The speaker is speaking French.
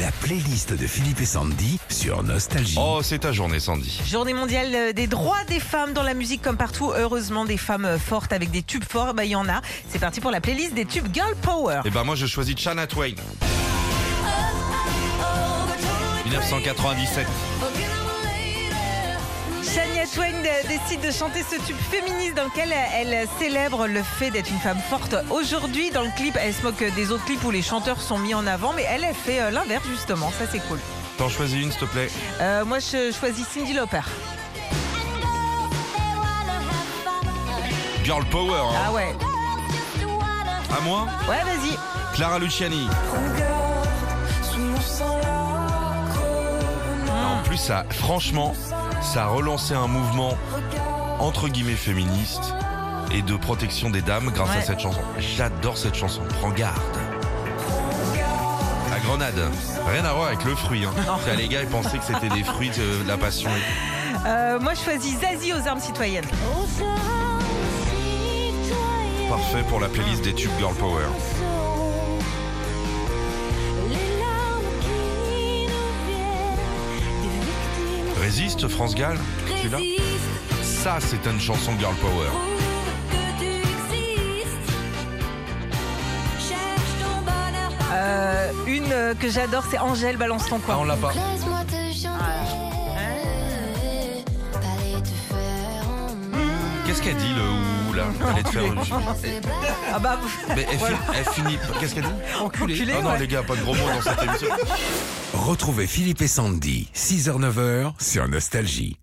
La playlist de Philippe et Sandy sur Nostalgie. Oh, c'est ta journée, Sandy. Journée mondiale euh, des droits des femmes dans la musique comme partout. Heureusement, des femmes euh, fortes avec des tubes forts, bah il y en a. C'est parti pour la playlist des tubes Girl Power. Eh ben moi, je choisis Chana Twain. 1997. Shania Twain euh, décide de chanter ce tube féministe dans lequel euh, elle célèbre le fait d'être une femme forte. Aujourd'hui, dans le clip, elle se moque euh, des autres clips où les chanteurs sont mis en avant, mais elle, elle fait euh, l'inverse justement. Ça, c'est cool. T'en choisis une, s'il te plaît. Euh, moi, je choisis Cindy Lauper. Girl Power. hein. Ah ouais. À moi, Ouais, vas-y. Clara Luciani. En plus, ça, franchement, ça a relancé un mouvement entre guillemets féministe et de protection des dames grâce à Ouais. cette chanson. J'adore cette chanson. Prends garde. La grenade. Rien à voir avec le fruit. Hein. Non. Ça, les gars, ils pensaient que c'était des fruits de, de la passion. et tout. Euh, moi, je choisis Zazie aux armes citoyennes. Parfait pour la playlist des tubes Girl Power. Résiste, France Gall. Tu l'as Ça, c'est une chanson Girl Power. Euh, une euh, que j'adore, c'est Angèle Balance ton Ah, coin. on l'a pas. Laisse-moi te chanter, allez te faire en Qu'est-ce qu'elle dit, le ou là Allez te faire une- Ah bah, Mais elle, fi- elle finit. Qu'est-ce qu'elle dit Enculé, Ah non, ouais. les gars, pas de gros mots dans cette émission. Retrouvez Philippe et Sandy, 6h-9h sur Nostalgie.